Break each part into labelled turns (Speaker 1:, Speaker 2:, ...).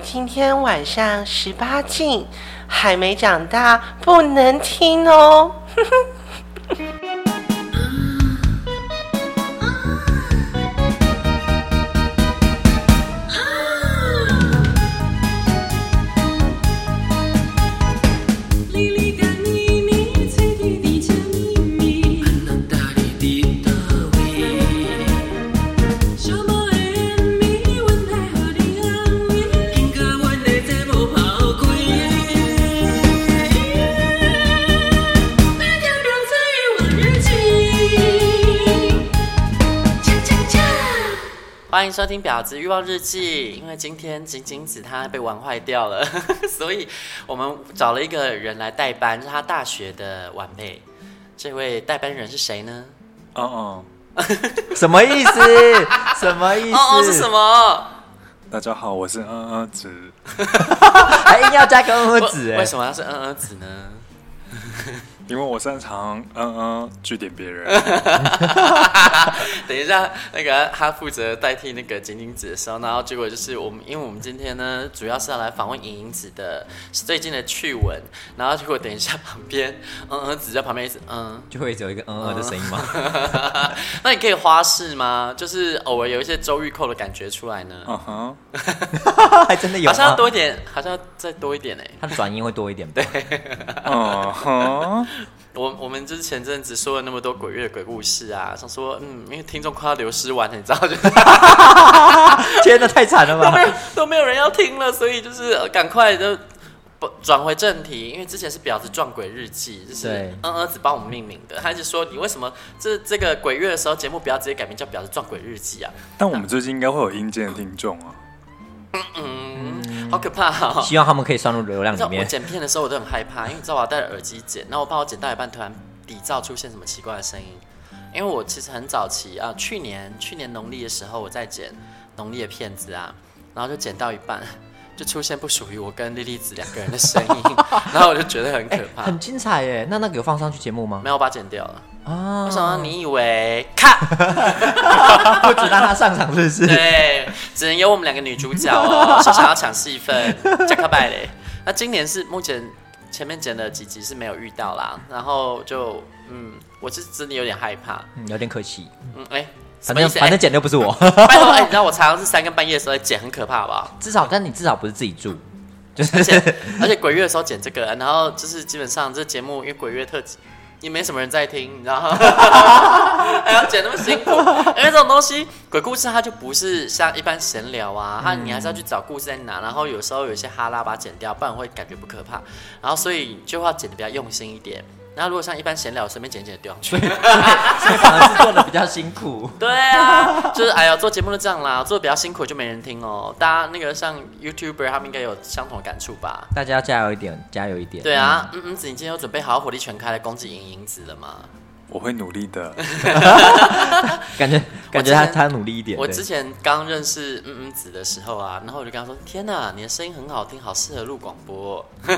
Speaker 1: 今天晚上十八禁，还没长大不能听哦。
Speaker 2: 啊粒粒甘蜜蜜，脆滴滴甜蜜蜜，小猫的甜蜜，温带好的安慰，应该阮的节目抛开。每天让自己玩日记，恰恰恰。
Speaker 3: 欢迎收听《婊子欲望日记》。因为今天晶晶子她被玩坏掉了， 所以我们找了一个人来代班，是她大学的晚辈。这位代班人是谁呢？
Speaker 4: 哦哦，什么 意思？什么意思？
Speaker 3: 哦哦，是什？么？
Speaker 4: 大家好，我是嗯嗯子，还硬要加个嗯嗯子
Speaker 3: 为
Speaker 4: 哎
Speaker 3: 为，什么要是嗯嗯子呢？
Speaker 5: 因为我擅长嗯嗯据点 别人，
Speaker 3: 等一下，那个他负责代替那个晶晶子的时候，然后结果就是我们，因为我们今天呢，主要是要来访问莹莹子的最近的趣闻，然后结果等一下旁边，嗯嗯子在旁边一直嗯，
Speaker 4: 就会只有一个嗯嗯的声音吗？
Speaker 3: 那你可以花式吗？就是偶尔有一些周玉蔻的感觉出来呢，
Speaker 5: 嗯哼，
Speaker 4: 还真的哦
Speaker 3: 哦
Speaker 4: 有
Speaker 3: 好
Speaker 4: 啊
Speaker 3: 像要
Speaker 4: 吗？
Speaker 3: 多一点，好像要再多一点哎。
Speaker 4: 它的转音会多一点吧？
Speaker 5: 嗯哼，
Speaker 3: 我我们就是前阵子说了那么多鬼月的鬼故事啊，想说嗯，因为听众快要流失完了，你知道， 就是
Speaker 4: 天哪，太惨了
Speaker 3: 都没
Speaker 4: 吧！
Speaker 3: 有都没有人要听了，所以就是呃赶快就不转回正题，因为之前是婊子撞鬼日记，就是
Speaker 4: 对
Speaker 3: 嗯儿子帮我们命名的，他就说你为什么这这个鬼月的时候节目不要直接改名叫婊子撞鬼日记啊？
Speaker 5: 但我们最近应该会有阴间的听众啊，
Speaker 3: 嗯，好可怕哦。
Speaker 4: 希望他们可以算入流量
Speaker 3: 你知道
Speaker 4: 里
Speaker 3: 我
Speaker 4: 面。
Speaker 3: 剪片的时候我都很害怕，因为你知道我要戴着耳机剪，然后我怕我剪到一半突然底噪出现什么奇怪的声音，因为我其实很早期啊，去年去年农历的时候我在剪农历的片子啊，然后就剪到一半。就出现不属于我跟莉莉子两个人的声音， 然后我就觉得很可
Speaker 4: 哎，
Speaker 3: 怕，
Speaker 4: 很精彩耶！那那个有放上去节目吗
Speaker 3: 没？有我把它剪掉了。
Speaker 4: 啊
Speaker 3: 我，想到你以为看，
Speaker 4: 不准让他上场，是不 是？
Speaker 3: 对，只能有我们两个女主角 哦，是想要抢戏份，加克拜嘞。那今年是目前前面剪的几集是没有遇到啦，然后就嗯，我是真的有点害怕，
Speaker 4: 嗯有点可惜。
Speaker 3: 嗯，哎、什
Speaker 4: 反
Speaker 3: 么意
Speaker 4: 正
Speaker 3: 思？
Speaker 4: 反正剪的不是我，
Speaker 3: 哎、拜托，哎、你知道我常常是三更半夜的时候在剪，很可怕，好不好？
Speaker 4: 至少但你至少不是自己住，就
Speaker 3: 而且
Speaker 4: 是
Speaker 3: 而且鬼月的时候剪这个，啊然后就是基本上这节目因为鬼月特辑。也没什么人在听，你知道吗？ 还要剪那么辛苦，因为这种东西，鬼故事它就不是像一般闲聊啊，它你还是要去找故事在哪，然后有时候有一些哈拉把它剪掉，不然会感觉不可怕。然后所以就要剪的比较用心一点。然后如果像一般闲聊，随便剪一剪就掉去。
Speaker 4: 反而是做的比较辛苦。
Speaker 3: 对啊，就是哎呀，做节目都这样啦，做的比较辛苦就没人听哦。大家那个像 YouTuber 他们应该有相同的感触吧？
Speaker 4: 大家要加油一点，加油一点。
Speaker 3: 对啊，嗯嗯子，你今天有准备好火力全开来攻击莹莹子了吗？
Speaker 5: 我会努力的。
Speaker 4: 感觉感觉
Speaker 3: 之
Speaker 4: 他
Speaker 3: 前
Speaker 4: 他努力一点。
Speaker 3: 我
Speaker 4: 对
Speaker 3: 之前刚认识嗯嗯子的时候啊，然后我就跟她说：“天哪、你的声音很好听，好适合录广播、 哦。”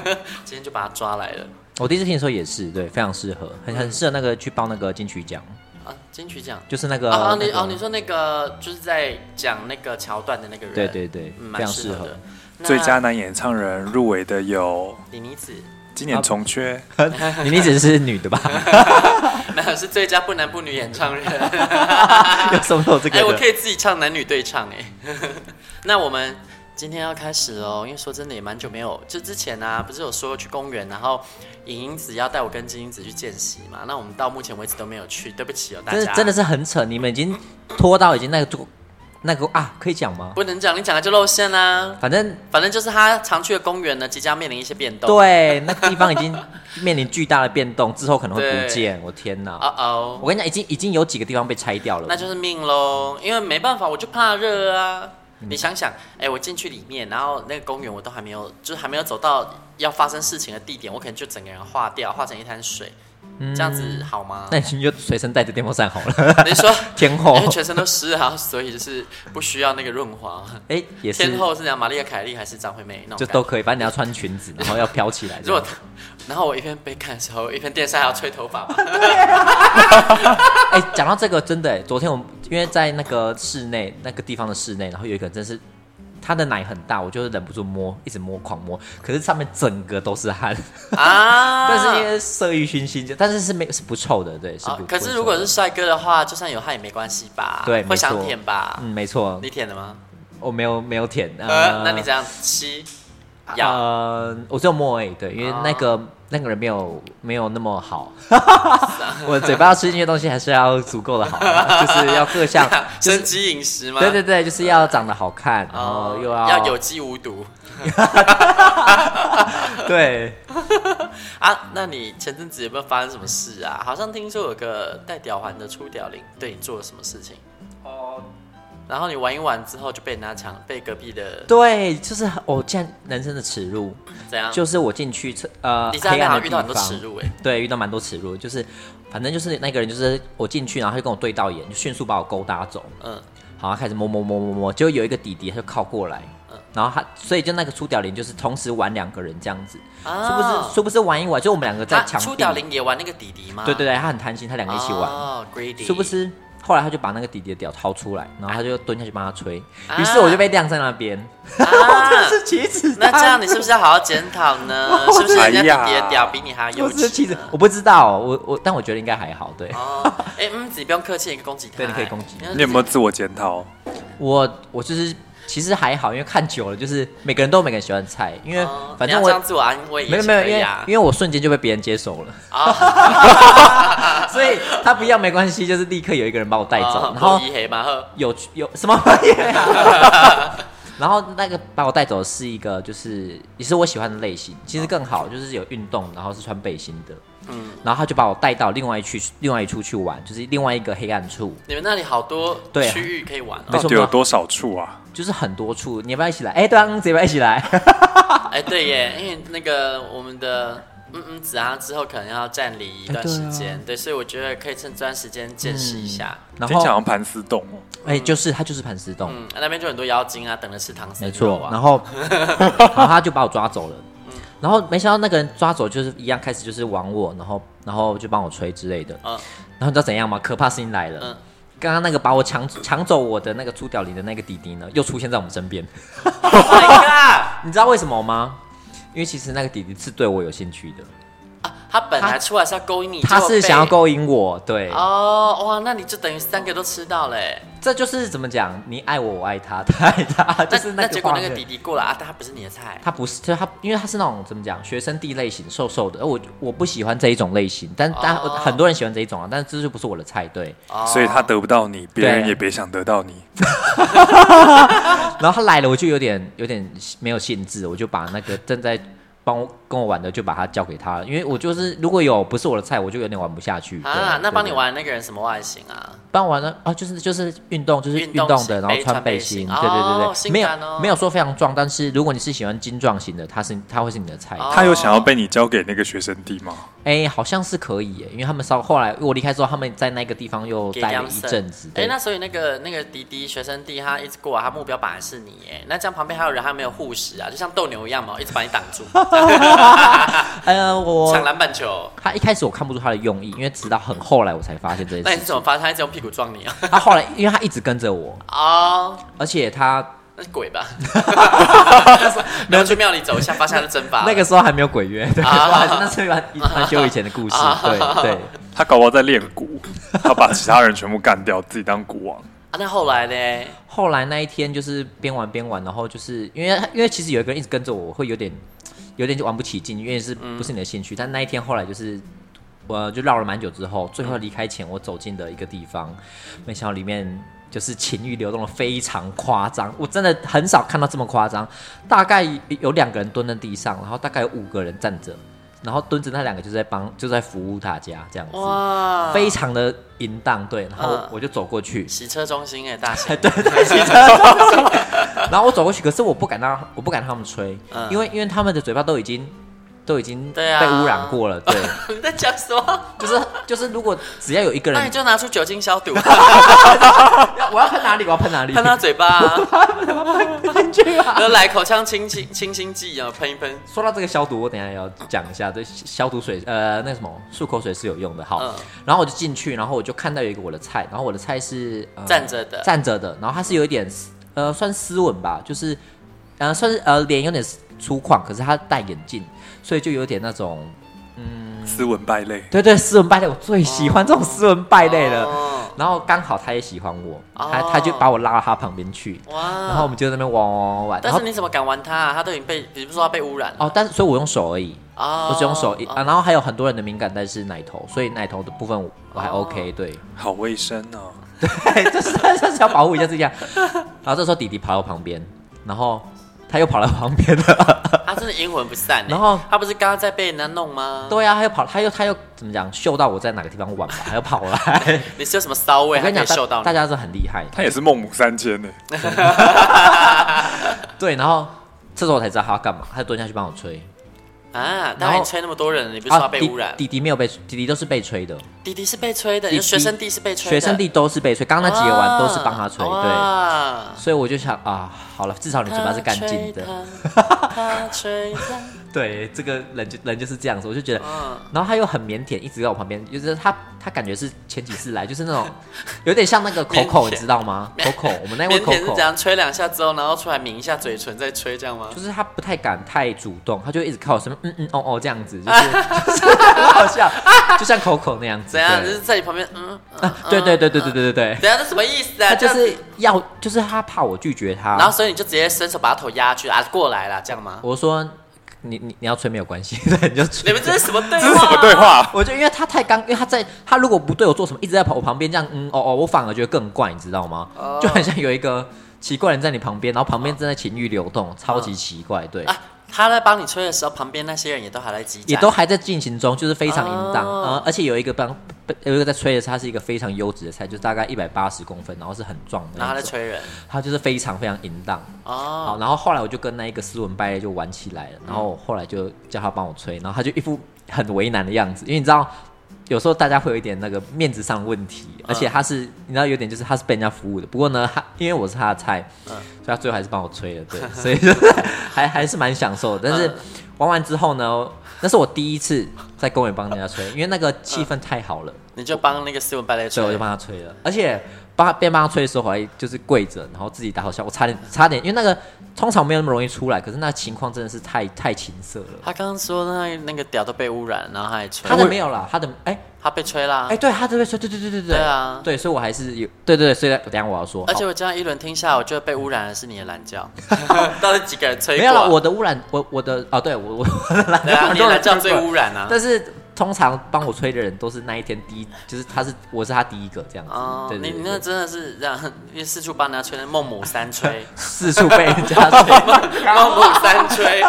Speaker 3: 今天就把她抓来了
Speaker 4: 我第一次听的时候也是，对，非常适合，很很适合那个去报那个金曲奖，
Speaker 3: 啊！金曲奖
Speaker 4: 就是那个
Speaker 3: 啊啊，你
Speaker 4: 那个
Speaker 3: 哦，你说那个就是在讲那个桥段的那个人，
Speaker 4: 对对对
Speaker 3: 嗯，
Speaker 4: 非
Speaker 3: 蛮
Speaker 4: 常
Speaker 3: 适
Speaker 4: 适
Speaker 3: 合
Speaker 4: 合
Speaker 3: 的。那
Speaker 5: 最佳男演唱人入围的有，
Speaker 3: 李妮子，
Speaker 5: 今年重缺，
Speaker 3: 啊
Speaker 4: 你你只是女的吧？
Speaker 3: 没有是最佳不男不女演唱人。
Speaker 4: 有什么有这
Speaker 3: 哎、我
Speaker 4: 个
Speaker 3: 可
Speaker 4: 的？
Speaker 3: 以自己唱男女对唱哎、 那我们今天要开始哦，因为说真的也蛮久没有，就之前啊，不是有说去公园，然后影英子要带我跟金英子去见习嘛，那我们到目前为止都没有去，对不起哦，大
Speaker 4: 真
Speaker 3: 家
Speaker 4: 的真的是很扯，你们已经拖到已经那个那个啊，可以讲吗？
Speaker 3: 不能讲，你讲了就露馅啦、
Speaker 4: 反正
Speaker 3: 反正就是他常去的公园呢，即将面临一些变动。，
Speaker 4: 对那个地方已经 面临巨大的变动，之后可能会
Speaker 3: 对
Speaker 4: 不见。我天哪！
Speaker 3: 哦哦，
Speaker 4: 我跟你讲，已经已经有几个地方被拆掉了
Speaker 3: 那。就是命喽，因为没办法，我就怕热啊。
Speaker 4: 嗯
Speaker 3: 你想想，哎、我进去里面，然后那个公园我都还没有，就是还没有走到要发生事情的地点，我可能就整个人化掉，化成一滩水，这样子好吗？
Speaker 4: 嗯那你就随身带着电风扇好了。
Speaker 3: 你说，
Speaker 4: 天后
Speaker 3: 因 为，全身都湿啊，所以就是不需要那个润滑。
Speaker 4: 哎，也是
Speaker 3: 天后是讲玛丽亚凯莉还是张惠妹那种
Speaker 4: 就
Speaker 3: 感觉？
Speaker 4: 都可以，反正你要穿裙子，然后要飘起来。
Speaker 3: 如果他，然后我一边被看的时候，一边电扇还要吹头 发嘛。
Speaker 4: 哎、讲到这个，真的、欸，昨天我们因为在那个室内那个地方的室内，然后有一个人真是它的奶很大，我就忍不住摸，一直摸，狂摸，可是上面整个都是汗，
Speaker 3: 啊，
Speaker 4: 但是因为色欲熏心，就但是是没是不臭的，对，是
Speaker 3: 啊
Speaker 4: 不。
Speaker 3: 可
Speaker 4: 不会
Speaker 3: 是
Speaker 4: 臭
Speaker 3: 如果
Speaker 4: 的
Speaker 3: 是帅哥的话，就算有汗也没关系吧？
Speaker 4: 对
Speaker 3: 会
Speaker 4: 没
Speaker 3: 想
Speaker 4: 错
Speaker 3: 舔吧？
Speaker 4: 嗯，没错
Speaker 3: 你，舔了吗？
Speaker 4: 我没有没有舔，
Speaker 3: 呃，那你
Speaker 4: 在
Speaker 3: 怎样吸？咬啊
Speaker 4: 呃，我只有摸而已，对，因为那个、那个人没有没有那么好， 我嘴巴要吃进去的东西还是要足够的好，啊就是要各 项，就是
Speaker 3: 生机饮食吗？
Speaker 4: 对对对，就是要长得好看，然后
Speaker 3: 哦，
Speaker 4: 又
Speaker 3: 要有机无毒
Speaker 4: 对，
Speaker 3: 啊！那你前阵子有没有发生什么事啊？好像听说有个戴吊环的出吊铃对你做了什么事情，
Speaker 4: 哦，
Speaker 3: 然后你玩一玩之后就被人家抢，被隔壁的
Speaker 4: 对，就是我、哦、竟然人生的耻辱，
Speaker 3: 怎样？
Speaker 4: 就是我进去厕呃
Speaker 3: 嗯你在
Speaker 4: 黑
Speaker 3: 那
Speaker 4: 暗
Speaker 3: 好像
Speaker 4: 的
Speaker 3: 遇
Speaker 4: 地
Speaker 3: 到
Speaker 4: 方
Speaker 3: 很多耻辱哎、
Speaker 4: 对，遇到蛮多耻辱，就是反正就是那个人，就是我进去，然后他就跟我对到眼，就迅速把我勾搭走，
Speaker 3: 嗯，
Speaker 4: 好，他开始摸摸摸摸摸，就有一个弟弟他就靠过来
Speaker 3: 嗯，
Speaker 4: 然后他所以就那个出屌铃就是同时玩两个人这样子，
Speaker 3: 啊
Speaker 4: 是不是？是不是玩一玩，就我们两个在
Speaker 3: 他
Speaker 4: 墙
Speaker 3: 出
Speaker 4: 壁，
Speaker 3: 吊铃也玩那个弟弟吗？
Speaker 4: 对对对，他很贪心，他两个一起玩，
Speaker 3: 哦，greedy，
Speaker 4: 是不是？后来他就把那个弟弟的屌掏出来，然后他就蹲下去帮他吹，
Speaker 3: 啊
Speaker 4: 于是我就被晾在那边。
Speaker 3: 啊
Speaker 4: 是棋子
Speaker 3: 那这样你是不是要好好检讨 呢？是不是人家弟弟的屌比你还要
Speaker 4: 哎我
Speaker 3: 幼
Speaker 4: 是
Speaker 3: 稚
Speaker 4: 棋子
Speaker 3: 呢？，
Speaker 4: 我不知道，我我但我觉得应该还好，对。
Speaker 3: 哦，哎，嗯，子不用客气，你可以攻击他。
Speaker 4: 对你可以攻击
Speaker 5: 你有没有自我检讨？
Speaker 4: 我我就是其实还好，因为看久了，就是每个人都有每个人喜欢的菜，因为
Speaker 3: 哦
Speaker 4: 反
Speaker 3: 你要
Speaker 4: 正
Speaker 3: 这
Speaker 4: 我
Speaker 3: 样自我安慰
Speaker 4: 没
Speaker 3: 也
Speaker 4: 有
Speaker 3: 是
Speaker 4: 没有，
Speaker 3: 可
Speaker 4: 因
Speaker 3: 以
Speaker 4: 为
Speaker 3: 啊
Speaker 4: 因。为我瞬间就被别人接 手了，
Speaker 3: 啊，
Speaker 4: 所以他不要没关系，就是立刻有一个人把我带走，然后
Speaker 3: 一黑嘛呵，
Speaker 4: 有有什么玩意儿啊 然后那个把我带走的是一个，就是也是我喜欢的类型，其实更好，就是有运动，然后是穿背心的，嗯，然后他就把我带到另外一区另外一处去玩，就是另外一个黑暗处，
Speaker 3: 你们那里好多
Speaker 4: 对啊
Speaker 3: 区域可以玩
Speaker 4: 没
Speaker 5: 到
Speaker 3: 哦。
Speaker 4: 错
Speaker 5: 底有多少处啊？
Speaker 4: 就是很多处，你要不要一起来？哎、对啊，嗯子要不要一起来？
Speaker 3: 哎，对耶，因为那个我们的。嗯嗯，子啊，之后可能要暂离一
Speaker 4: 哎啊
Speaker 3: 段时间，对，所以我觉得可以趁这段时间见识一下。
Speaker 4: 然
Speaker 5: 听起来好
Speaker 4: 后
Speaker 5: 像盘丝洞哦。
Speaker 4: 哎、就是他就是盘丝洞，
Speaker 3: 嗯，那边就很多妖精啊，等着吃唐僧
Speaker 4: 没
Speaker 3: 肉
Speaker 4: 错，
Speaker 3: 啊。
Speaker 4: 然后然后他就把我抓走了，
Speaker 3: 嗯
Speaker 4: 然后没想到那个人抓走就是一样开始就是玩我，然后然后就帮我吹之类的，
Speaker 3: 嗯
Speaker 4: 然后你知道怎样吗？可怕事情来了。
Speaker 3: 嗯
Speaker 4: 刚刚那个把我抢抢走我的那个猪屌林的那个弟弟呢，又出现在我们身边。
Speaker 3: Oh my
Speaker 4: 你知道为什么吗？因为其实那个弟弟是对我有兴趣的，
Speaker 3: god！他本来出来是要勾引你，
Speaker 4: 他
Speaker 3: 结果被
Speaker 4: 是想要勾引我。对，
Speaker 3: 哦，哇，那你就等于三个都吃到嘞。
Speaker 4: 这就是怎么讲，你爱我，我爱他，他爱他，就
Speaker 3: 那
Speaker 4: 是
Speaker 3: 那
Speaker 4: 那
Speaker 3: 结
Speaker 4: 个
Speaker 3: 果
Speaker 4: 画
Speaker 3: 那
Speaker 4: 面。
Speaker 3: 个弟弟过来啊，但他不是你的菜。
Speaker 4: 他不是，就是他，因为他是那种怎么讲，学生弟类型，瘦瘦的。而我我不喜欢这一种类型，但但、
Speaker 3: 哦
Speaker 4: 很多人喜欢这一种啊，但是这就不是我的菜， 对。
Speaker 3: 哦
Speaker 5: 所以他得不到你，别人
Speaker 4: 对
Speaker 5: 也别想得到你。
Speaker 4: 然后他来了，我就有点有点没有兴致，我就把那个正在帮我跟我玩的就把他交给他了，因为我就是如果有不是我的菜，我就有点玩不下去
Speaker 3: 啊，
Speaker 4: 对
Speaker 3: 那帮你
Speaker 4: 对
Speaker 3: 玩那个人什么外形啊？
Speaker 4: 帮我玩了啊，就是就是运动，就是
Speaker 3: 运
Speaker 4: 运
Speaker 3: 动
Speaker 4: 动
Speaker 3: 型
Speaker 4: 的，然后
Speaker 3: 背穿
Speaker 4: 穿
Speaker 3: 背
Speaker 4: 背心，
Speaker 3: 心
Speaker 4: 对对对
Speaker 3: 哦性
Speaker 4: 对，没有
Speaker 3: 感哦
Speaker 4: 没有说非常壮，但是如果你是喜欢精壮型的，他是他会是你的菜。
Speaker 3: 哦
Speaker 5: 他有想要被你交给那个学生弟吗？
Speaker 4: 哎、好像是可以耶，因为他们稍后来我离开之后，他们在那个地方又
Speaker 3: 给
Speaker 4: 待了
Speaker 3: 江
Speaker 4: 一
Speaker 3: 森
Speaker 4: 阵子。
Speaker 3: 哎，
Speaker 4: 对，
Speaker 3: 那所以那个那个弟弟学生弟他一直过来，他目标本来是你耶，那这样旁边还有人，他没有护食啊，就像斗牛一样嘛，一直把你挡 住，
Speaker 4: 呃，
Speaker 3: 抢
Speaker 4: 我
Speaker 3: 篮板 球。
Speaker 4: 他一开始我看不出他的用意，因为直到很后来我才发现这
Speaker 3: 那
Speaker 4: 件
Speaker 3: 你是
Speaker 4: 事。
Speaker 3: 怎么发现他一直用屁股撞你 啊？
Speaker 4: 他 后来，因为他一直跟着我，
Speaker 3: 哦，
Speaker 4: 而且他
Speaker 3: 那是鬼 吧？没有去庙里走一下，发现他是真法。
Speaker 4: 那个时候还没有鬼约，对，
Speaker 3: 啊
Speaker 4: 哇 那是蛮蛮久以前的故事，对对。
Speaker 5: 他搞不好在练鼓，他把其他人全部干掉，自己当鼓王。
Speaker 3: 啊，那后来嘞？
Speaker 4: 后来那一天就是边玩边玩，然后就是因为因为其实有一个人一直跟着我，我会有点有点就玩不起劲，因为是不是你的兴趣？但那一天后来就是我就绕了蛮久之后，最后离开前我走进的一个地方，没想到里面。就是情欲流动的非常夸张，我真的很少看到这么夸张。大概有两个人蹲在地上，然后大概有五个人站着，然后蹲着那两个就在帮就在服务大家这样子，
Speaker 3: 哇，
Speaker 4: 非常的淫荡。对，然后
Speaker 3: 嗯
Speaker 4: 我就走过去，
Speaker 3: 洗车中心哎，大 型
Speaker 4: 然后我走过去，可是我不敢让，我不敢让他们吹，
Speaker 3: 嗯
Speaker 4: 因为因为他们的嘴巴都已经都已经
Speaker 3: 对啊
Speaker 4: 被污染过了， 对，
Speaker 3: 你在讲什么？
Speaker 4: 就是就是如果只要有一个
Speaker 3: 那你
Speaker 4: 人，
Speaker 3: 就拿出酒精消毒，
Speaker 4: 我要喷哪里，我要喷哪里，
Speaker 3: 喷他嘴巴、啊，
Speaker 4: 进去啊。
Speaker 3: 然后来口腔清清清新剂啊，喷一喷。
Speaker 4: 说到这个消毒，我等一下也要讲一下，对，消毒水，呃，那个什么漱口水是有用的，好，
Speaker 3: 嗯
Speaker 4: 然后我就进去，然后我就看到有一个我的菜，然后我的菜是、呃
Speaker 3: 站着的
Speaker 4: 站着的，然后它是有一点。呃，算斯文吧，就是呃，算是呃脸有点粗犷，可是他戴眼镜，所以就有点那种，
Speaker 3: 嗯
Speaker 5: 斯文败类，
Speaker 4: 对对，斯文败类，我最喜欢这种斯文败类了。
Speaker 3: 哦
Speaker 4: 然后刚好他也喜欢我，他
Speaker 3: 哦
Speaker 4: 他就把我拉到他旁边去，
Speaker 3: 哇！
Speaker 4: 然后我们就在那边玩玩玩玩玩，然
Speaker 3: 但
Speaker 4: 后
Speaker 3: 是你怎么敢玩他、啊？他都已经被，比如说他被污染了
Speaker 4: 哦，但是所以我用手而已，
Speaker 3: 啊
Speaker 4: 我只用手一、
Speaker 3: 哦
Speaker 4: 啊，然后还有很多人的敏感带是奶头，所以奶头的部分我我还
Speaker 3: 哦
Speaker 4: OK，、对，
Speaker 5: 好卫生哦。
Speaker 4: 就是 就是要保护一下自己啊。然后这时候弟弟跑到我旁边，然后他又跑到我旁边了，
Speaker 3: 他真的阴魂不散欸。
Speaker 4: 然后
Speaker 3: 他不是刚刚在被人家弄吗？，
Speaker 4: 对啊，他又跑，他又他又怎么讲，嗅到我在哪个地方玩吧，他又跑 来。
Speaker 3: 你是有什么骚味？
Speaker 4: 我跟你
Speaker 3: 他
Speaker 4: 讲，
Speaker 3: 可以嗅
Speaker 4: 大
Speaker 3: 到
Speaker 4: 大
Speaker 3: 你。
Speaker 4: 家都很厉害，
Speaker 5: 他也是孟母三迁 呢，
Speaker 4: 对，然后这时候我才知道他要干嘛，他就蹲下去帮我吹。
Speaker 3: 啊，
Speaker 4: 然
Speaker 3: 他
Speaker 4: 后
Speaker 3: 还吹那么多人，你不是说他被
Speaker 4: 弟
Speaker 3: 污染？
Speaker 4: 弟弟没有被，弟弟都是被吹的，
Speaker 3: 弟弟是被吹的，
Speaker 4: 弟
Speaker 3: 你的学生弟是被吹的，啊哦
Speaker 4: 学生弟都是被吹。刚刚那几个玩都是帮他吹，对。
Speaker 3: 对。
Speaker 4: 所以我就想啊，好了，至少你嘴巴是干净的。
Speaker 3: 他吹他，他吹 他
Speaker 4: 对，这个人就人就是这样子，我就觉得，
Speaker 3: 嗯
Speaker 4: 然后他又很腼腆，一直在我旁边，就是他他感觉是前几次来，就是那种有点像那个 Coco，
Speaker 3: 腼腆
Speaker 4: 你知道吗？Coco，我们那位
Speaker 3: 腼腆是
Speaker 4: Coco，
Speaker 3: 怎样？吹两下之后，然后出来抿一下嘴唇，再吹这样吗？
Speaker 4: 就是他不太敢太主动，他就一直靠我身边，嗯嗯哦哦 这样子，就是就是很好笑，就像 Coco 那样子。
Speaker 3: 怎样？就
Speaker 4: 对啊
Speaker 3: 是在你旁边，嗯，嗯
Speaker 4: 对对对对对对对对，
Speaker 3: 怎样？这什么意思啊？
Speaker 4: 他
Speaker 3: 这
Speaker 4: 就
Speaker 3: 样
Speaker 4: 是
Speaker 3: 子
Speaker 4: 要，就是他怕我拒绝他，
Speaker 3: 然后所以你就直接伸手把他头压去啊，过来啦，这样吗？
Speaker 4: 我说你你你要吹没有关系， 对，你就
Speaker 3: 你
Speaker 4: 吹。
Speaker 3: 们这是什么 对
Speaker 5: 这是什么
Speaker 3: 话？
Speaker 5: 对话？
Speaker 4: 我就因为他太刚，因为他在他如果不对我做什么，一直在跑我旁边这样，嗯哦哦，我反而觉得更怪，你知道吗？
Speaker 3: 哦
Speaker 4: 就很像有一个奇怪人在你旁边，然后旁边正在情欲流动，超级奇怪，对，
Speaker 3: 啊，他在帮你吹的时候，旁边那些人也都还在激战，
Speaker 4: 也都还在进行中，就是非常淫荡，
Speaker 3: 哦
Speaker 4: 呃，而且有一个帮有一个在吹的，他是一个非常优质的菜，就是大概一百八十公分，然后是很壮的，
Speaker 3: 然后他在，吹人
Speaker 4: 他就是非常非常淫荡。
Speaker 3: 哦。
Speaker 4: 好，然后后来我就跟那一个斯文败类就玩起来了，然后我后来就叫他帮我吹，然后他就一副很为难的样子，因为你知道。有时候大家会有一点那个面子上的问题，而且他是你知道有点就是他是被人家服务的，不过呢，他因为我是他的菜，所以他最后还是帮我吹了，对，所以就是还还是蛮享受的。但是玩完之后呢，那是我第一次在公园帮人家吹，因为那个气氛太好了，
Speaker 3: 你就帮那个斯文败类吹，
Speaker 4: 所以我就帮他吹了，而且帮他边帮他吹的时候，我还就是跪着，然后自己打好笑，我差点差点，因为那个通常没有那么容易出来，可是那情况真的是太太情色了。
Speaker 3: 他刚刚说那那个屌都被污染，然后他还吹，
Speaker 4: 他的没有啦，他的哎
Speaker 3: 他被吹啦。
Speaker 4: 哎，对，他的被吹，对对对对对，
Speaker 3: 啊对啊
Speaker 4: 对，所以我还是有，对对对，所以等一下我要说，
Speaker 3: 而且
Speaker 4: 好
Speaker 3: 我这样一轮听下来，我觉得被污染的是你的懒 觉，到底几个人吹过？啊
Speaker 4: 没有了，我的污染，我我的哦，对我我我的
Speaker 3: 对啊，
Speaker 4: 很
Speaker 3: 你
Speaker 4: 多
Speaker 3: 的
Speaker 4: 人
Speaker 3: 懒觉
Speaker 4: 吹
Speaker 3: 最
Speaker 4: 过
Speaker 3: 污染啊。
Speaker 4: 但是通常帮我吹的人都是那一天第一，就是他是我是他第一个这样子，
Speaker 3: 哦，
Speaker 4: 对
Speaker 3: 你
Speaker 4: 对对
Speaker 3: 你
Speaker 4: 对
Speaker 3: 那真的是让因为四处帮人家吹那孟母三 吹，
Speaker 4: 四处被人家吹。
Speaker 3: 孟母三吹，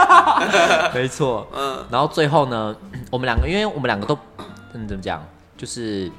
Speaker 4: 没错，嗯，然后最后呢， 我们两个，因为我们两个都，嗯，怎么讲，就是，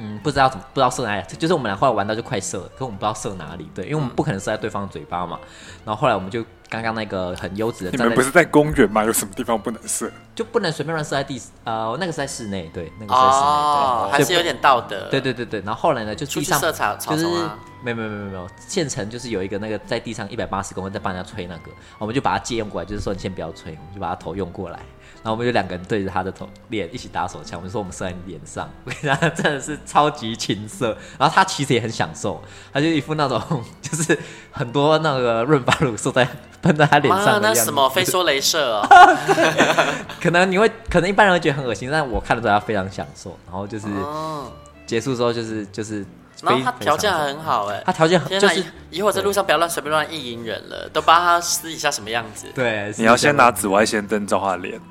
Speaker 4: 嗯，不知道怎么，不知道射哪里，就是我们俩后来玩到就快射了，可我们不知道射哪里，对，因为我们不可能射在对方的嘴巴嘛。然后后来我们就刚刚那个很优质的
Speaker 5: 你
Speaker 4: 站
Speaker 5: 们
Speaker 4: 在
Speaker 5: 不，是在公园吗？有什么地方不能射？
Speaker 4: 就不能随便乱射在地，呃，那个是在室内，对，那个是在室内，
Speaker 3: 哦，还
Speaker 4: 对，
Speaker 3: 是有点道德。
Speaker 4: 对对对对，然后后来呢，就
Speaker 3: 出
Speaker 4: 地
Speaker 3: 去
Speaker 4: 上
Speaker 3: 射草草
Speaker 4: 就是
Speaker 3: 丛啊
Speaker 4: 没有没有没有没有没有，县城就是有一个那个在地上一百八十公分在帮人家吹那个，我们就把它借用过来，就是说你先不要吹，我们就把他头用过来，然后我们就两个人对着他的头脸一起打手枪，我们说我们射在你脸上， 我跟你讲真的是超级情色，然后他其实也很享受，他就一副那种 就是很多那个润发乳射在喷在他脸上的
Speaker 3: 妈，
Speaker 4: 样子，
Speaker 3: 啊那什 么非说镭射 哦，
Speaker 4: 可能你会可能一般人会觉得很恶心，但我看得出来他非常享受，然后就是
Speaker 3: 哦
Speaker 4: 结束之后就是就是非。
Speaker 3: 然后他
Speaker 4: 非
Speaker 3: 条
Speaker 4: 常
Speaker 3: 件
Speaker 4: 享
Speaker 3: 还
Speaker 4: 受
Speaker 3: 很好哎，
Speaker 4: 他条件很
Speaker 3: 天
Speaker 4: 就
Speaker 3: 哪，
Speaker 4: 是
Speaker 3: 以以后我在路上不要乱随便乱意淫人了，都不知道他私底下什么样子。
Speaker 4: 对，
Speaker 5: 你要先拿
Speaker 4: 是
Speaker 5: 紫外线灯照他的脸，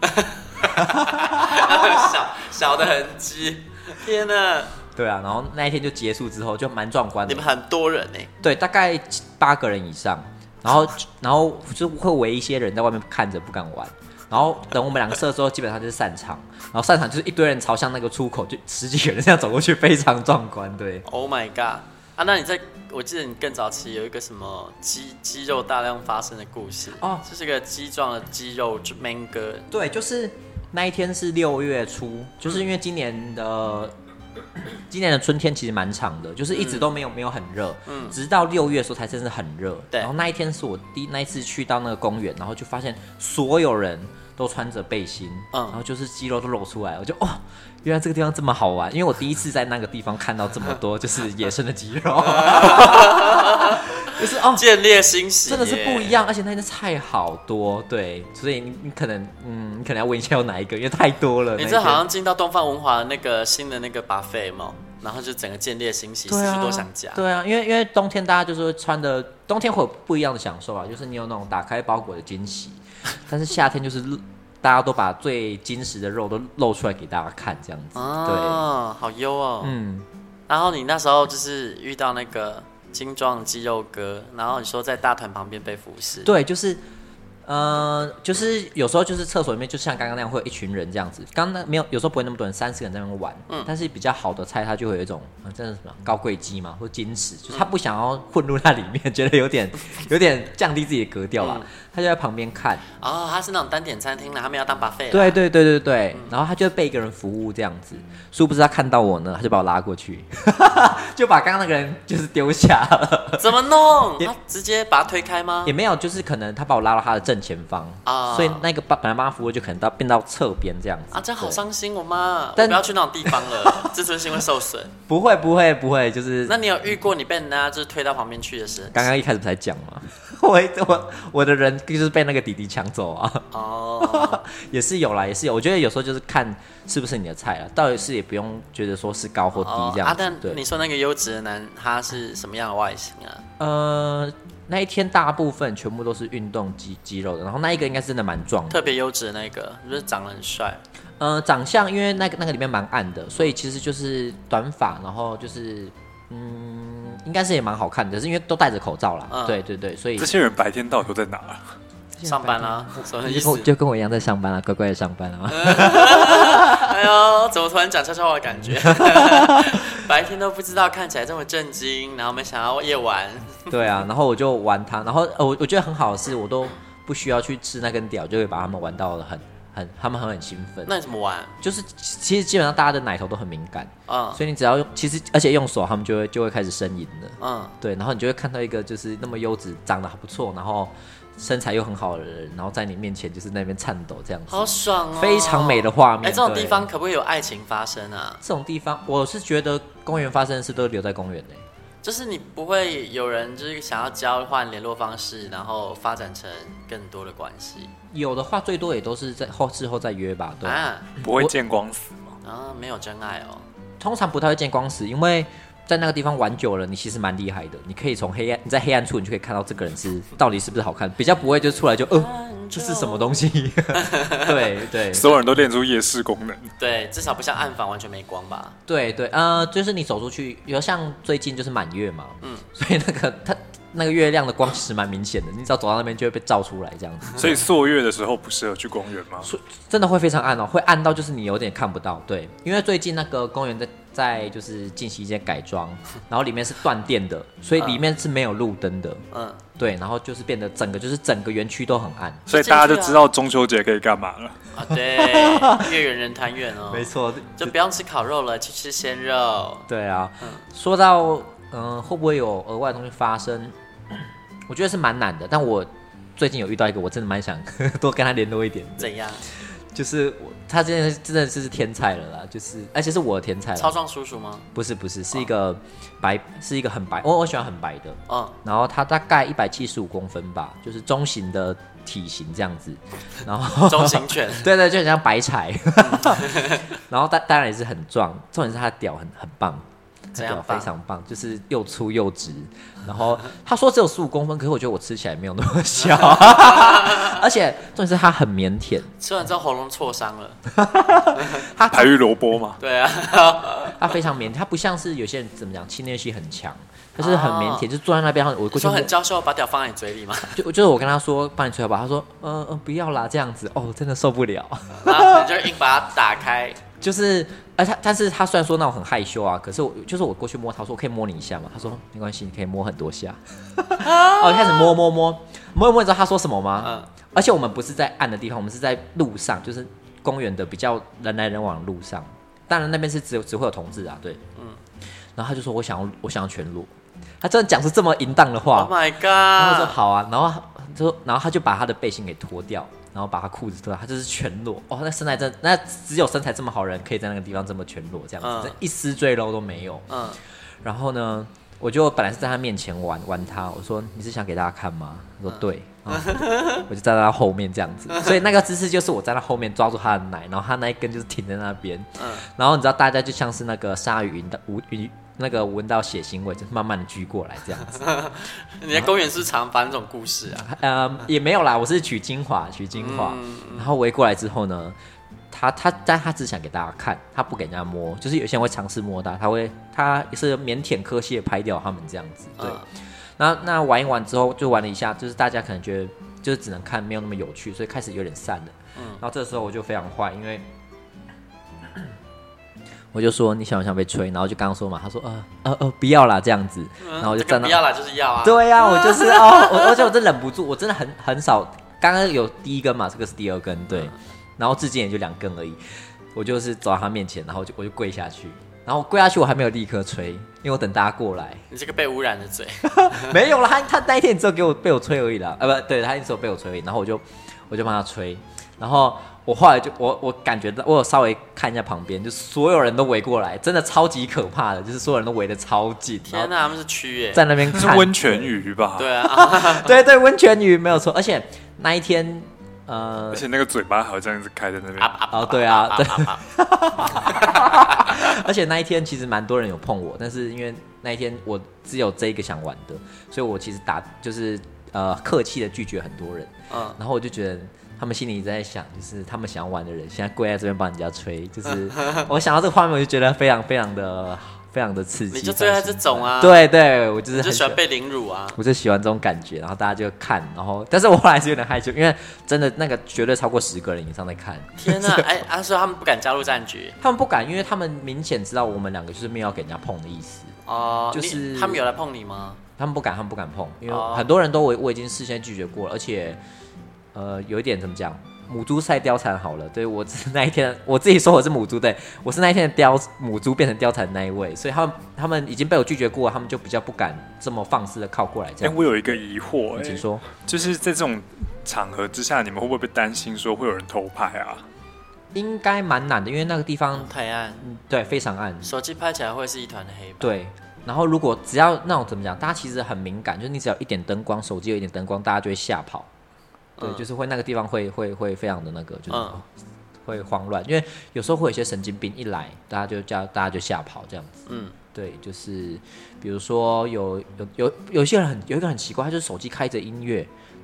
Speaker 4: 哎
Speaker 3: 小小的痕迹，天哪，
Speaker 4: 这样对啊，然后那一天就结束之后就蛮壮观
Speaker 3: 你
Speaker 4: 的
Speaker 3: 们，很多人哎，
Speaker 4: 对，大概七八个人以上，然后 然后就会围一些人在外面看着不敢玩，然后等我们两个射之后，基本上就是散场，然后散场就是一堆人朝向那个出口，就十几个人这样走过去，非常壮观，对。
Speaker 3: Oh my god！啊，那你在我记得你更早期有一个什么肌肌肉大量发生的故事
Speaker 4: 哦
Speaker 3: 这是个肌壮的肌肉 man 哥，
Speaker 4: 对，就是那一天是六月初，就是因为今年的。今年的春天其实蛮长的，就是一直都没有、没有很热，嗯，直到六月的时候才真是很热。
Speaker 3: 对
Speaker 4: 然后那一天是我第那一次去到那个公园，然后就发现所有人都穿着背心，
Speaker 3: 嗯
Speaker 4: 然后就是肌肉都露出来，我就哇、原来这个地方这么好 玩，因为我第一次在那个地方看到这么多 就是野生的肌肉，就是哦，
Speaker 3: 见猎欣喜，
Speaker 4: 真的是不一。样，而且那边的菜好多，对，所以你你可能嗯，你可能要问一下有哪一个，因为太多了。
Speaker 3: 你
Speaker 4: 那
Speaker 3: 这
Speaker 4: 一
Speaker 3: 好
Speaker 4: 间
Speaker 3: 像进到东方文华那个新的那个 buffet 嘛，然后就整个见猎欣喜，四
Speaker 4: 对啊
Speaker 3: 处都想夹。
Speaker 4: 对啊，因为因为冬天大家就是会穿的，冬天会有不一样的享受啊，就是你有那种打开包裹的惊喜，但是夏天就是大家都把最矜持的肉都露出来给大家看，这样子。
Speaker 3: 啊，好优哦。
Speaker 4: 对，嗯，
Speaker 3: 然后你那时候就是遇到那个精壮肌肉哥，然后你说在大团旁边被服侍，，
Speaker 4: 对，就是。呃，就是有时候就是厕所里面，就像刚刚那样，会有一群人这样子。刚刚那没有，有时候不会那么多人，三四个人在那边玩。嗯。但是比较好的菜，它就会有一种，啊、真的什么高贵鸡嘛，或矜持，就是他不想要混入那里面， 觉得有点有点降低自己的格调啦。他就在旁边看，
Speaker 3: 哦，他是那种单点餐厅啦，他们要当啊 buffet，啦
Speaker 4: 对，啊嗯对对对对，然后他就被一个人服务这样子，殊不知他看到我呢，他就把我拉过去， 就把刚刚那个人就是丢下了，
Speaker 3: 怎么弄？
Speaker 4: 也
Speaker 3: 他直接把他推开吗
Speaker 4: 也？没有，就是可能他把我拉到他的正前方
Speaker 3: 啊
Speaker 4: 所以那个帮本来帮他服务就可能到变到侧边这样子
Speaker 3: 啊，这样好
Speaker 4: 对
Speaker 3: 伤心，我妈，我
Speaker 4: 但
Speaker 3: 不要去那种地方了，自尊心会受损。
Speaker 4: 不会不会不会，就是
Speaker 3: 那你有遇过你被人家就是推到旁边去的事？
Speaker 4: 刚刚一开始不才讲嘛， 我我我的人就是被那个弟弟抢走啊，
Speaker 3: 哦，
Speaker 4: 也是有啦，也是有，我觉得有时候就是看是不是你的菜了，到底是也不用觉得说是高或低
Speaker 3: 哦
Speaker 4: 这样
Speaker 3: 啊，
Speaker 4: 子，
Speaker 3: 但
Speaker 4: 对
Speaker 3: 你说那个优质的男，他是什么样的外形啊？
Speaker 4: 呃，那一天大部分全部都是运动肌肌肉的，然后那一个应该是真的蛮壮的。
Speaker 3: 特别优质的那个，是不是长得很帅？
Speaker 4: 呃，长相因为那个那个里面蛮暗的，所以其实就是短发，然后就是嗯，应该是也蛮好看的，只是因为都戴着口罩啦。
Speaker 3: 嗯
Speaker 4: 对对对，所以
Speaker 5: 这些人白天到底都在哪儿？
Speaker 3: 上班啊，什么意
Speaker 4: 就
Speaker 3: 思
Speaker 4: 跟？ 就跟我一样在上班啊，乖乖的上班 啊。
Speaker 3: 哎呦，怎么突然讲悄悄话的感 觉？白天都不知道，看起来这么震惊，然后没想到夜晚
Speaker 4: 对啊，然后我就玩它，然后呃我我觉得很好的是，我都不需要去吃那根屌，就会把他们玩到很很，他们很很兴奋。
Speaker 3: 那你怎么玩？
Speaker 4: 就是其其实基本上大家的奶头都很敏感，
Speaker 3: 嗯
Speaker 4: 所以你只要用，其实而且用手，他们就会就会开始呻吟了。
Speaker 3: 嗯，
Speaker 4: 对，然后你就会看到一个就是那么优质、长得还不错，然后身材又很好的人，然后在你面前就是那边颤抖这样子，
Speaker 3: 好爽哦，
Speaker 4: 非常美的画面。
Speaker 3: 哎，这种
Speaker 4: 对
Speaker 3: 地方，可不可以有爱情发生啊？
Speaker 4: 这种地方，我是觉得公园发生的事都留在公园内、
Speaker 3: 就是你不会有人就是想要交换联络方式，然后发展成更多的关系
Speaker 4: 有的话最多也都是在后事后再约吧。对，
Speaker 3: 啊？
Speaker 5: 不会见光死吗？
Speaker 3: 啊，没有真爱哦。
Speaker 4: 通常不太会见光死，因为。在那个地方玩久了，你其实蛮厉害的。你可以从黑暗，你在黑暗处，你就可以看到这个人是到底是不是好看，比较不会就出来就
Speaker 3: 啊
Speaker 4: 呃，这是什么东西？ 对对，嗯
Speaker 5: 所有人都练出夜视功能，
Speaker 3: 对，至少不像暗房完全没光吧？
Speaker 4: 对对，呃，就是你走出去，有像最近就是满月嘛，嗯， 所以那个它那个月亮的光其实蛮明显的，你只要走到那边就会被照出来，这样子，
Speaker 5: 所以坐月的时候不适合去公园吗？
Speaker 4: 所以真的会非常暗哦，会暗到就是你有点看不到，对，因为最近那个公园在在就是进行一些改装，然后里面是断电的，所以里面是没有路灯的，
Speaker 3: 嗯，
Speaker 4: 对，然后就是变得整个就是整个园区都很暗，
Speaker 5: 所以大家就知道中秋节可以干嘛了。
Speaker 3: 啊， 对，月圆人团圆哦。
Speaker 4: 错，
Speaker 3: 就不要吃烤肉了，去吃鲜肉。
Speaker 4: 对啊，说到嗯、会不会有额外的东西发生？ 我觉得是蛮难的，但我最近有遇到一个，我真的蛮想 多跟他联络一点的，
Speaker 3: 怎样？
Speaker 4: 就是我他真的是真的是天才了啦，就是而且是我的天才
Speaker 3: 超
Speaker 4: 了，
Speaker 3: 壮叔叔吗？
Speaker 4: 不是不是，是一个白，是一个很白，我我喜欢很白的，
Speaker 3: 嗯，
Speaker 4: 然后他大概一百七十五公分吧，就是中型的体型这样子，然后
Speaker 3: 中型 犬。
Speaker 4: 对对，就很像白柴， 然后当当然也是很壮，重点是他的屌很很棒，他
Speaker 3: 怎样
Speaker 4: 屌非
Speaker 3: 棒
Speaker 4: 常棒，就是又粗又直。然后他说只有十五公分，可是我觉得我吃起来没有那么小， 而且重点是他很腼腆，
Speaker 3: 吃完之后喉咙挫伤了。
Speaker 5: 白玉萝卜 嘛，
Speaker 3: 对啊，
Speaker 4: 他非常腼腆，他不像是有些人怎么讲侵略性很强，他是很腼腆，就坐在那边，然后我过去
Speaker 3: 哦说
Speaker 4: 摸
Speaker 3: 很娇羞，把屌放在你嘴 里嘛。
Speaker 4: 就就是我跟他说帮你吹好吧，他说呃呃不要啦这样子，哦真的受不了。
Speaker 3: 然后你就硬把它打开。
Speaker 4: 就是，而他，但是他虽然说那种很害羞啊，可是我就是我过去摸他，我说我可以摸你一下嘛，他说没关系，你可以摸很多下。哦，开始摸摸摸摸一摸，你知道他说什么吗？
Speaker 3: 嗯
Speaker 4: 而且我们不是在暗的地方，我们是在路上，就是公园的比较人来人往的路上。当然那边是只有只会有同志啊，对，嗯。然后他就说我想要我想要全裸，他真的讲出这么淫荡的话。
Speaker 3: Oh my
Speaker 4: 然后我说
Speaker 3: god！
Speaker 4: 好啊，然后他就说，然后他就把他的背心给脱掉，然后把他裤子脱掉，他就是全裸。哦，那身材真，那只有身材这么好的人可以在那个地方这么全裸这样子，
Speaker 3: 嗯
Speaker 4: 这一丝赘肉都没有。
Speaker 3: 嗯，
Speaker 4: 然后呢，我我就本来是在他面前玩玩他，我说你是想给大家看吗？他说对，啊 我就站在他后面这样子，所以那个姿势就是我站在后面抓住他的奶，然后他那一根就是停在那边，然后你知道大家就像是那个鲨鱼闻到闻闻那个闻到血腥味，就慢慢的鞠过来这样子，
Speaker 3: 你在公园是不是常发生这种故事啊？
Speaker 4: 呃，也没有啦，我是取精华，取精华，
Speaker 3: 嗯
Speaker 4: 然后围过来之后呢，他他但他只想给大家看，他不给人家摸，就是有些人会尝试摸他，他会他是腼腆科谢拍掉他们这样子，啊
Speaker 3: 嗯
Speaker 4: 对。那那玩一玩之后，就玩了一下，就是大家可能觉得就是只能看，没有那么有趣，所以开始有点散了。
Speaker 3: 嗯
Speaker 4: 然后这时候我就非常坏，因为我就说你想不想被吹？然后就刚刚说嘛，他说呃呃呃不要啦这样子，然后我就
Speaker 3: 这个
Speaker 4: 站
Speaker 3: 嗯 不
Speaker 4: 到
Speaker 3: 要啦，就是要啊。
Speaker 4: 对呀、我就是哦，我而且我真忍不住，我真的很很少。刚刚有第一根嘛，这个是第二根，对。然后至今也就两根而已。我就是走到他面前，然后就我就跪下去，然后跪下去我还没有立刻吹，因为我等大家过来。
Speaker 3: 你这个被污染的 嘴，
Speaker 4: 没有了，他他那一天只有给我被我吹而已啦，呃不对，他一直有被我吹而已，然后我就我就帮他吹，然后我后来就我我感觉到我有稍微看一下旁边，就所有人都围过来，真的超级可怕的，就是所有人都围的超紧，
Speaker 3: 天
Speaker 4: 哪，
Speaker 3: 哪，他们是蛆耶！
Speaker 4: 在那边
Speaker 5: 那是
Speaker 4: 看
Speaker 5: 温泉鱼吧？
Speaker 3: 对啊，啊
Speaker 4: 对对，温泉鱼没有错，而且那一天，呃
Speaker 5: 而，且那个嘴巴好像是开在那边，
Speaker 4: 哦对啊，对， 而且那一天其实蛮多人有碰我，但是因为那一天我只有这一个想玩的，所以我其实打就是呃客气的拒绝很多人，
Speaker 3: 嗯
Speaker 4: 然后我就觉得。他们心里一直在想，就是他们想要玩的人，现在跪在这边帮人家吹，就是 我想到这个画面，我就觉得非常非常的非常的刺激。
Speaker 3: 你就最爱这种啊
Speaker 4: 对对，我就是
Speaker 3: 你
Speaker 4: 很
Speaker 3: 就喜
Speaker 4: 喜欢
Speaker 3: 欢 被凌辱啊。
Speaker 4: 我就喜欢这种感觉，然后大家就看，然后但是我后来是有点害羞，因为真的那个绝对超过十个人以上在看，
Speaker 3: 天哪，哎，阿说他们不敢加入战局
Speaker 4: 他们不敢，因为他们明显知道我们两个就是没有给人家碰的意思，
Speaker 3: 哦，
Speaker 4: 就
Speaker 3: 你
Speaker 4: 是
Speaker 3: 他们有来碰你吗？
Speaker 4: 他们不敢，他们不敢碰，因
Speaker 3: 哦
Speaker 4: 为很多人都我我已经事先拒绝过了，而且呃有一点怎么讲，母猪赛貂蝉好了，对我是那一天 我自己说我是母猪，对我是那一天的貂母猪变成貂蝉的那一位，所以他们他们已经被我拒绝过了，他们就比较不敢这么放肆的靠过来这
Speaker 5: 哎、
Speaker 4: 样，
Speaker 5: 我有一个疑惑、
Speaker 4: 请
Speaker 5: 哎，
Speaker 4: 说。
Speaker 5: 就是在这种场合之下，你们会不会被担心说会有人偷拍啊？
Speaker 4: 应该蛮难的，因为那个地方
Speaker 3: 太暗，
Speaker 4: 对非常暗，
Speaker 3: 手机拍起来会是一团黑吧？
Speaker 4: 对，然后如果只要那种怎么讲，大家其实很敏感，就是你只要一点灯光，手机有一点灯光，大家就会吓跑。对，
Speaker 3: 嗯
Speaker 4: 就是会那个地方会会会非常的那个，就是、
Speaker 3: 嗯
Speaker 4: 会慌乱，因为有时候会有一些神经病一来，大家就叫大家就吓跑这样子。
Speaker 3: 嗯，
Speaker 4: 对，就是比如说有有有有一些人很有一个很奇怪，他就是手机开着音乐，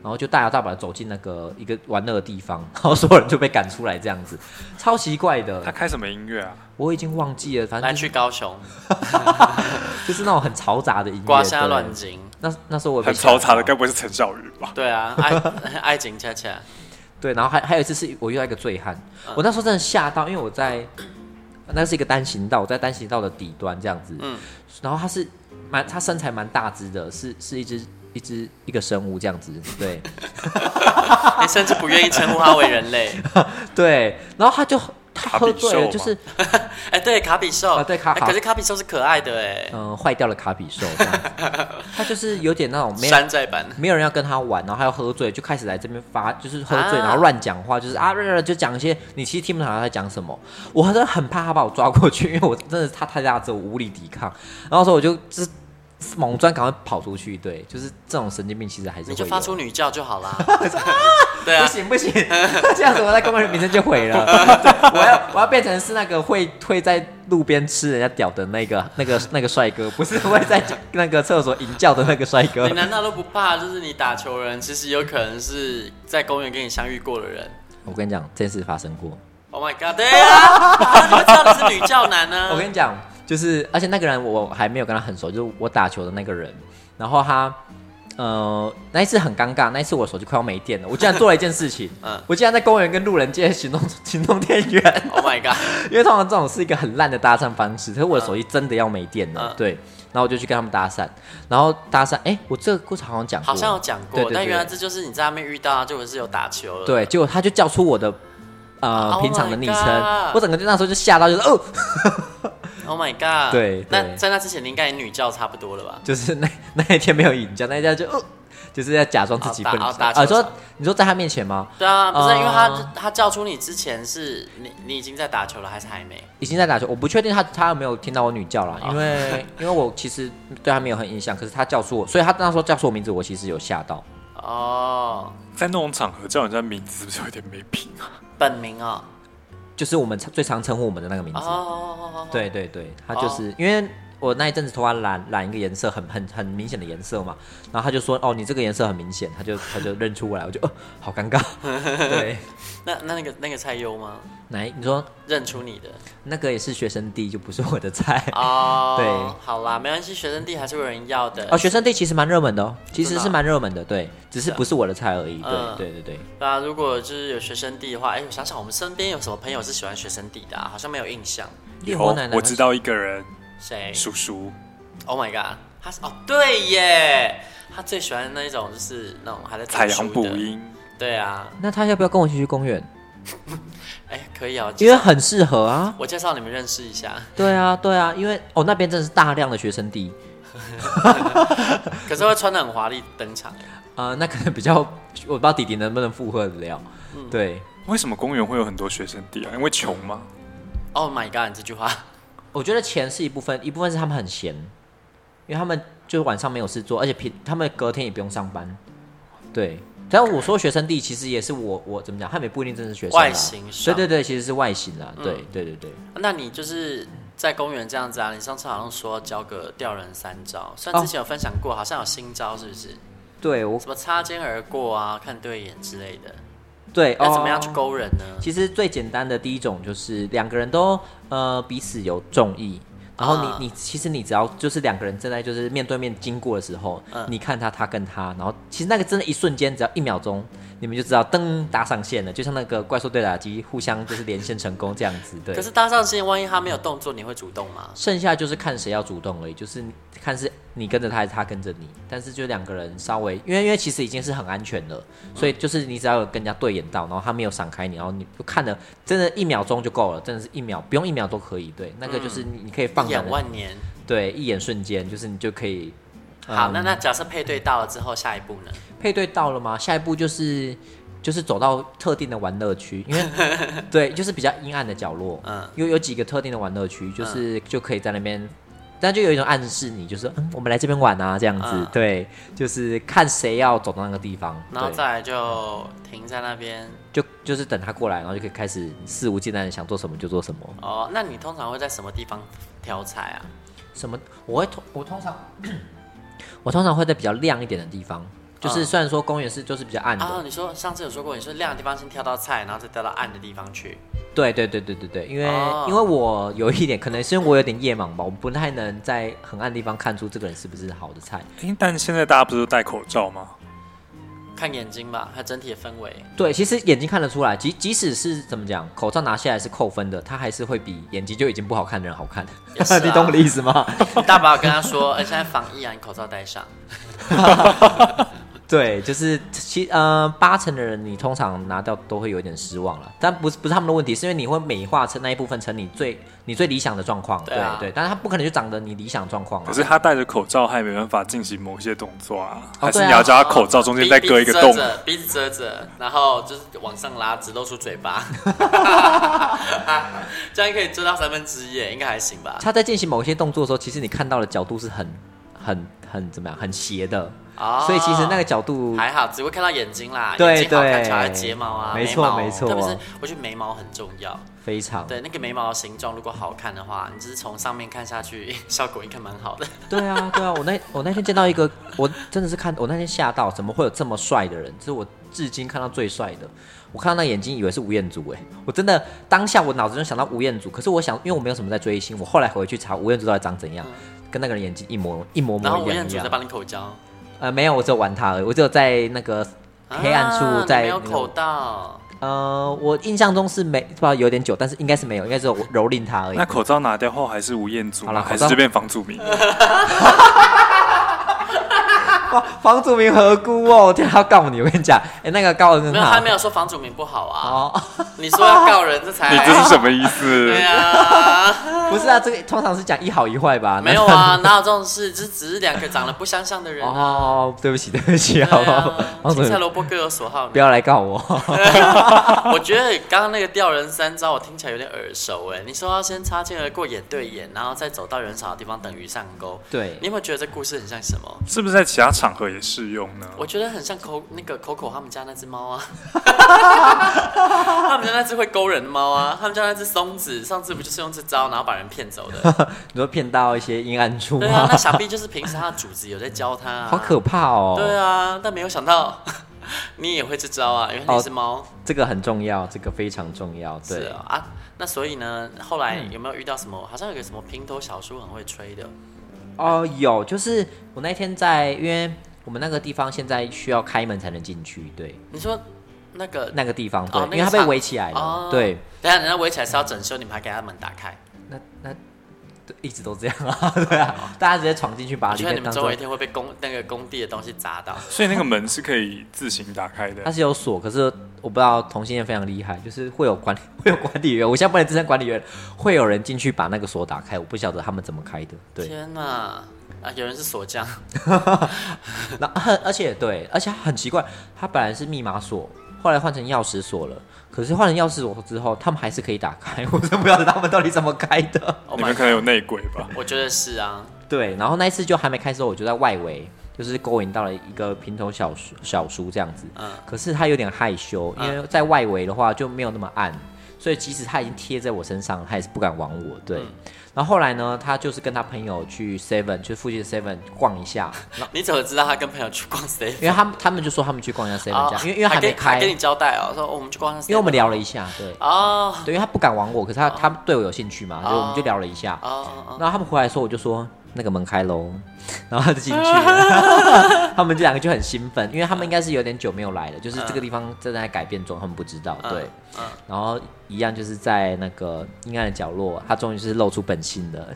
Speaker 4: 然后就大摇大摆的走进那个一个玩乐的地方，然后所有人就被赶出来这样子，超奇怪
Speaker 5: 他
Speaker 4: 的。
Speaker 5: 开什么音乐啊？
Speaker 4: 我已经忘记了，反正
Speaker 3: 来
Speaker 4: 就是
Speaker 3: 去高雄，
Speaker 4: 就是那种很嘈杂的音乐，
Speaker 3: 刮痧
Speaker 4: 对
Speaker 3: 乱ging。
Speaker 4: 那那时候我也被
Speaker 5: 很嘈
Speaker 4: 吓到
Speaker 5: 杂的，该啊不会是陈小鱼吧？
Speaker 3: 对啊，爱 爱情恰恰，
Speaker 4: 对，然后还还有一次是我遇到一个醉汉，
Speaker 3: 嗯
Speaker 4: 我那时候真的吓到，因为我在那是一个单行道，我在单行道的底端这样子，
Speaker 3: 嗯
Speaker 4: 然后他是蛮他身材蛮大只的，是是一只一只一个生物这样子，对
Speaker 3: 你甚至不愿意称呼他为人 类。
Speaker 4: 对，然后他就他
Speaker 5: 卡比
Speaker 4: 喝醉
Speaker 5: 兽
Speaker 4: 了，就
Speaker 5: 嘛
Speaker 4: 是
Speaker 3: 哎，对，卡比兽
Speaker 4: 啊对卡
Speaker 3: 哎
Speaker 4: 卡
Speaker 3: 可是卡比兽是可爱的哎，
Speaker 4: 嗯坏掉了卡比兽这样子，他就是有点那种没有
Speaker 3: 山寨 版。
Speaker 4: 没有人要跟他玩，然后他又喝醉，就开始来这边发，就是喝醉，
Speaker 3: 啊
Speaker 4: 然后乱讲话，就是啊，就讲一些你其实听不懂他在讲什么。我真的很怕他把我抓过去，因为我真的是他太大只，我无力抵抗。然后说我就就是猛钻，赶快跑出去。对，就是这种神经病，其实还
Speaker 3: 你
Speaker 4: 是会
Speaker 3: 就
Speaker 4: 有。
Speaker 3: 发出女叫就好 啦。对
Speaker 4: 不
Speaker 3: 啊，
Speaker 4: 行不行，这样子我在公共名声就毁了。我要我要变成是那个会会在路边吃人家屌的那个那个那个帅哥，不是会在那个厕所淫叫的那个帅哥
Speaker 3: 你。难道都不怕？就是你打球人，其实有可能是在公园跟你相遇过的人。
Speaker 4: 我跟你讲，这件事发生过。
Speaker 3: Oh my god！对啊， 啊你会知道你是女教男呢、
Speaker 4: 我跟你讲，就是而且那个人我还没有跟他很熟，就是我打球的那个人。然后他，呃，那一次很尴尬，那一次我手机快要没电了，我竟然做了一件事情，
Speaker 3: 嗯哦
Speaker 4: 我竟然在公园跟路人借行动行动电源，
Speaker 3: o h Oh my god！
Speaker 4: 因为通常这种是一个很烂的搭讪方式，可是我的手机真的要没电了，
Speaker 3: 嗯
Speaker 4: 对。然后我就去跟他们搭讪，然后搭讪，哎，我这个故事好像讲过，
Speaker 3: 好像有讲过，
Speaker 4: 对对对
Speaker 3: 但原来这就是你在那边遇到啊，就不是有打球了。
Speaker 4: 对，结果他就叫出我的呃
Speaker 3: Oh
Speaker 4: 平常的昵
Speaker 3: my
Speaker 4: 称
Speaker 3: god，
Speaker 4: 我整个就那时候就吓到，就是哦，
Speaker 3: ，Oh my god！
Speaker 4: 对对
Speaker 3: 那在那之前，你应该也女教差不多了吧？
Speaker 4: 就是那那一天没有赢家，那一家就哦，就是要假装自己不能
Speaker 3: 哦打哦打
Speaker 4: 啊，
Speaker 3: 球
Speaker 4: 说
Speaker 3: 场
Speaker 4: 你说在他面前吗？
Speaker 3: 对啊，不是、
Speaker 4: 哦
Speaker 3: 因为他他叫出你之前是你你已经在打球了，还是还没？
Speaker 4: 已经在打球，我不确定他他有没有听到我女叫啦，
Speaker 3: 哦
Speaker 4: 因为因为我其实对他没有很印象，可是他叫出我，所以他那时候叫出我名字，我其实有吓到。
Speaker 3: 哦，
Speaker 5: 在那种场合叫人家名字，是不是有点没品啊？
Speaker 3: 本名哦，
Speaker 4: 就是我们常最常称呼我们的那个名
Speaker 3: 哦
Speaker 4: 字。
Speaker 3: 哦哦哦哦，
Speaker 4: 对对对，他就是、因为我那一阵子头发染染一个颜色很很很明显的颜色嘛，然后他就说哦你这个颜色很明显，他就他就认出我来，我就呃好尴尬。 对，
Speaker 3: 那那那个那个菜优吗？
Speaker 4: 来你说
Speaker 3: 认出 你的
Speaker 4: 那个也是学生弟，就不是我的菜。
Speaker 3: 哦，
Speaker 4: 对，
Speaker 3: 好啦，没关系，学生弟还是有人要的。
Speaker 4: 哦，学生弟其实蛮热门的哦，其实
Speaker 3: 真的
Speaker 4: 是
Speaker 3: 啊
Speaker 4: 蛮热门的，对，只是不是我的菜而已。
Speaker 3: 嗯
Speaker 4: 对对对对，
Speaker 3: 对啊，如果就是有学生弟的话，哎，我想想，我们身边有什么朋友是喜欢学生弟的、啊？好像没有印象。
Speaker 4: 烈
Speaker 5: 有
Speaker 4: 火奶奶，
Speaker 5: 我知道一个人，
Speaker 3: 谁
Speaker 5: 叔叔，
Speaker 3: ？Oh my god，他是哦，对耶，他最喜欢那一种就是那种还在读
Speaker 5: 采
Speaker 3: 书
Speaker 5: 阳
Speaker 3: 的
Speaker 5: 补。阴，
Speaker 3: 对啊，
Speaker 4: 那他要不要跟我一起去公园？
Speaker 3: 哎，可以啊，
Speaker 4: 因为很适合啊。
Speaker 3: 我介绍你们认识一下。
Speaker 4: 对啊，对啊，因为哦那边真的是大量的学生弟，
Speaker 3: 可是会穿的很华丽登场。
Speaker 4: 呃，那可能比较我不知道弟弟能不能负荷得了。
Speaker 3: 嗯
Speaker 4: 对，
Speaker 5: 为什么公园会有很多学生弟啊？因为穷吗？
Speaker 3: Oh my god，你这句话
Speaker 4: 我觉得钱是一部分，一部分是他们很闲，因为他们就是晚上没有事做，而且平他们隔天也不用上班。对，但我说学生弟其实也是我我怎么讲，他们也不一定真的是学生啦
Speaker 3: 外形上嗯
Speaker 4: 对对对，其实是外形啦。对对对对，
Speaker 3: 那你就是在公园这样子啊？你上次好像说教个吊人三招，虽
Speaker 4: 哦
Speaker 3: 然之前有分享过，好像有新招是不是？
Speaker 4: 对我
Speaker 3: 什么擦肩而过啊，看对眼之类的。
Speaker 4: 对
Speaker 3: 要怎么样去
Speaker 4: 哦
Speaker 3: 勾人呢？
Speaker 4: 其实最简单的第一种就是两个人都呃彼此有中意，然后你、
Speaker 3: 啊
Speaker 4: 你其实你只要就是两个人正在就是面对面经过的时候，
Speaker 3: 嗯
Speaker 4: 你看他他跟他，然后其实那个真的，一瞬间只要一秒钟，你们就知道噔搭上线了，就像那个怪兽对打机互相就是连线成功这样子，对
Speaker 3: 可。是搭上线，万一他没有动作，你会主动吗？
Speaker 4: 剩下就是看谁要主动而已，就是看是你跟着他还是他跟着你。但是就两个人稍微，因为因为其实已经是很安全了，所以就是你只要有跟人家对眼到，然后他没有闪开你，然后你就看了，真的，一秒钟就够了，真的是一秒，不用一秒都可以。对，那个就是你你可以
Speaker 3: 嗯
Speaker 4: 放
Speaker 3: 一
Speaker 4: 胆
Speaker 3: 眼
Speaker 4: 地，
Speaker 3: 万年。
Speaker 4: 对，一眼瞬间，就是你就可以。
Speaker 3: 好，
Speaker 4: 嗯
Speaker 3: 那那假设配对到了之后，下一步呢？
Speaker 4: 配对到了吗？下一步就是就是走到特定的玩乐区， 因为对，就是比较阴暗的角落，
Speaker 3: 嗯
Speaker 4: 嗯，有有几个特定的玩乐区，就是、就可以在那边。但就有一种暗示你，就是嗯，我们来这边玩啊，这样子，
Speaker 3: 嗯
Speaker 4: 对，就是看谁要走到那个地方，
Speaker 3: 然后
Speaker 4: 对
Speaker 3: 再来就停在那边。
Speaker 4: 就就是等他过来，然后就可以开始肆无忌惮的想做什么就做什么。
Speaker 3: 哦，那你通常会在什么地方挑菜啊？
Speaker 4: 什么？我会通，我通常 我通常会在比较亮一点的地方，就是
Speaker 3: 嗯
Speaker 4: 虽然说公园是就是比较
Speaker 5: 嗯
Speaker 4: 暗的，
Speaker 3: 啊，你说上次有说过，你说亮的地方先挑到菜，然后再挑到暗的地方去。
Speaker 4: 对对对对对对，因为、
Speaker 3: 哦
Speaker 4: 因为我有一点，可能是因为我有点夜盲吧，我不太能在很暗的地方看出这个人是不是好的菜。
Speaker 5: 诶但现在大家不是都戴口罩吗？
Speaker 3: 看眼睛吧，它整体的氛 围。
Speaker 4: 对，其实眼睛看得出来，即即使是怎么讲，口罩拿下来是扣分的，他还是会比眼睛就已经不好看的人好看。
Speaker 3: 也 是啊
Speaker 4: 你懂我的意思吗？
Speaker 3: 大宝跟他说，哎、现在防疫啊，你口罩戴上。
Speaker 4: 对，就是其呃八成的人，你通常拿到都会有点失望了，但不是不是他们的问题，是因为你会美化成那一部分成你最你最理想的状况。
Speaker 3: 对啊
Speaker 4: 对，但是他不可能就长得你理想状况啊。
Speaker 5: 可是他戴着口罩，他也没办法进行某些动作啊。还是
Speaker 4: 对啊
Speaker 5: 你要 叫他口罩中间再割一个
Speaker 3: 哦
Speaker 5: 洞
Speaker 3: 鼻子遮？着，鼻子遮着，然后就是往上拉，只露出嘴巴， 这样可以遮到三分之一耶，应该还行吧？
Speaker 4: 他在进行某些动作的时候，其实你看到的角度是很、很、很怎么样，很斜的。
Speaker 3: 哦
Speaker 4: 所以其实那个角度，
Speaker 3: 还好，只会看到眼睛啦，
Speaker 4: 对
Speaker 3: 眼睛好看，
Speaker 4: 对
Speaker 3: 还有睫毛啊，
Speaker 4: 没错
Speaker 3: 眉毛
Speaker 4: 没错
Speaker 3: 特别是我觉得眉毛很重要，
Speaker 4: 非常
Speaker 3: 对，那个眉毛的形状如果好看的话，你只是从上面看下去， 效果应该蛮好的。
Speaker 4: 对啊，对啊！我那我那天见到一个，我真的是看我那天吓到，怎么会有这么帅的人？这是我至今看到最帅的。我看到那眼睛，以为是吴彦祖哎、我真的当下我脑子中想到吴彦祖，可是我想，因为我没有什么在追星，我后来回去查吴彦祖到底长怎样，跟那个人眼睛一模一模模
Speaker 3: 嗯然后
Speaker 4: 一
Speaker 3: 吴
Speaker 4: 样
Speaker 3: 彦
Speaker 4: 一
Speaker 3: 祖
Speaker 4: 样
Speaker 3: 在。帮你口交，
Speaker 4: 呃，没有，我只有玩他而已，我只有在那个黑暗
Speaker 3: 啊
Speaker 4: 处
Speaker 3: 你
Speaker 4: 在、
Speaker 3: 没有口到，
Speaker 4: 呃，我印象中是没，不知道有点久，但是应该是没有，应该只有我蹂躏他而已
Speaker 5: 那。口罩拿掉后还是吴彦祖
Speaker 4: 好啦
Speaker 5: 吗？
Speaker 4: 口
Speaker 5: 还
Speaker 4: 罩
Speaker 5: 是这边房祖名？
Speaker 4: 房房祖名何辜哦！ 我天，他要告你，我跟你讲，哎、那个告的很
Speaker 3: 没有，
Speaker 4: 好
Speaker 3: 他没。有说房祖名不好啊。
Speaker 4: 哦，
Speaker 3: 你说要告人，这才
Speaker 5: 你这是什么意思
Speaker 3: 对？啊，
Speaker 4: 不是啊，这个通常是讲一好一坏吧？
Speaker 3: 没有啊，哪有这种事？这只是两个长得不相像的人啊。
Speaker 4: 哦，对不起，对不起，
Speaker 3: 对
Speaker 4: 好不好
Speaker 3: 啊？
Speaker 4: 王总
Speaker 3: 青，菜萝卜各有所好。
Speaker 4: 不要来告我。
Speaker 3: 啊我觉得刚刚那个吊人三招，我听起来有点耳熟哎。你说要先擦肩而过，眼对眼，然后再走到人少的地方等鱼上钩。
Speaker 4: 对
Speaker 3: 你有没有觉得这故事很像什么？
Speaker 5: 是不是在其他场合也适用呢？
Speaker 3: 我觉得很像口那个 Coco 他们家那只猫 啊，他们家那只会勾人的猫啊，他们家那只松子，上次不就是用这招然后把人骗走 的？
Speaker 4: 你说骗到一些阴暗处
Speaker 3: 对啊
Speaker 4: 吗，？
Speaker 3: 那想必就是平时他的主子有在教他、啊，
Speaker 4: 好可怕哦！
Speaker 3: 对啊，但没有想到 你也会这招啊，因为你是猫，
Speaker 4: 这个很重要，这个非常重要。
Speaker 3: 是
Speaker 4: 哦对，嗯
Speaker 3: 啊啊。那所以呢，后来有没有遇到什么？好像有个什么平头小叔很会吹的，
Speaker 4: 哦，有，就是我那天在，因为我们那个地方现在需要开门才能进去，对，
Speaker 3: 你说那个
Speaker 4: 那个地方，对，
Speaker 3: 哦那个
Speaker 4: 因为它被
Speaker 3: 场
Speaker 4: 围起来了，
Speaker 3: 哦
Speaker 4: 对，
Speaker 3: 等一下人家围起来是要整修，你们还给他门打开？
Speaker 4: 那那对一直都这样啊， 对啊，大家直接闯进去把
Speaker 3: 哦我
Speaker 4: 里
Speaker 3: 觉得你们
Speaker 4: 面当
Speaker 3: 总有
Speaker 4: 做
Speaker 3: 一，天会被工那个工地的东西砸到。
Speaker 5: 所以那个门是可以自行打开
Speaker 4: 它
Speaker 5: 的。
Speaker 4: 是有锁，可是我不知道同性恋非常厉害，就是会有管理 会有管理员，我现在不能自称管理员，会有人进去把那个锁打开，我不晓得他们怎么开的，对，
Speaker 3: 天哪！啊，有人是锁 匠，
Speaker 4: 那很而且对，而且很奇怪，它本来是密码锁，后来换成钥匙锁了。可是换成钥匙锁之后，他们还是可以打开，我真不知道他们到底怎么开的。
Speaker 3: Oh
Speaker 5: 你
Speaker 3: my
Speaker 5: 们
Speaker 3: god
Speaker 5: 可能有内鬼吧？
Speaker 3: 我觉得是啊，
Speaker 4: 对，然后那一次就还没开的时候，我就在外围，就是勾引到了一个平头小叔小叔这样子。
Speaker 3: 嗯
Speaker 4: 可是他有点害羞，因为在外围的话就没有那么暗，所以即使他已经贴在我身上，他也是不敢往我。对。
Speaker 3: 嗯
Speaker 4: 然后后来呢，他就是跟他朋友去 Seven，就是附近的 Seven 逛一 下，
Speaker 3: 你怎么知道他跟朋友去逛 C？
Speaker 4: 因为他们他们就说他们去逛一下 Seven 这样，因为因为还
Speaker 3: 哦还
Speaker 4: 没
Speaker 3: 跟
Speaker 4: 开，
Speaker 3: 跟你交代哦，说哦我们去逛 C，
Speaker 4: 因为我们聊了一下，对，
Speaker 3: 哦
Speaker 4: 对，因为他不敢玩我，可是他、他对我有兴趣嘛，所以我们就聊了一下。
Speaker 3: 哦哦，
Speaker 4: 然后他们回来的时候，我就说那个门开喽， 然后他就进去了。 他们这两个就很兴奋，因为他们应该是有点久没有来了，就是这个地方正在改变中，他们不知道。
Speaker 3: 嗯
Speaker 4: 对，
Speaker 3: 嗯
Speaker 4: 然后一样就是在那个阴暗的角落，他终于是露出本性了。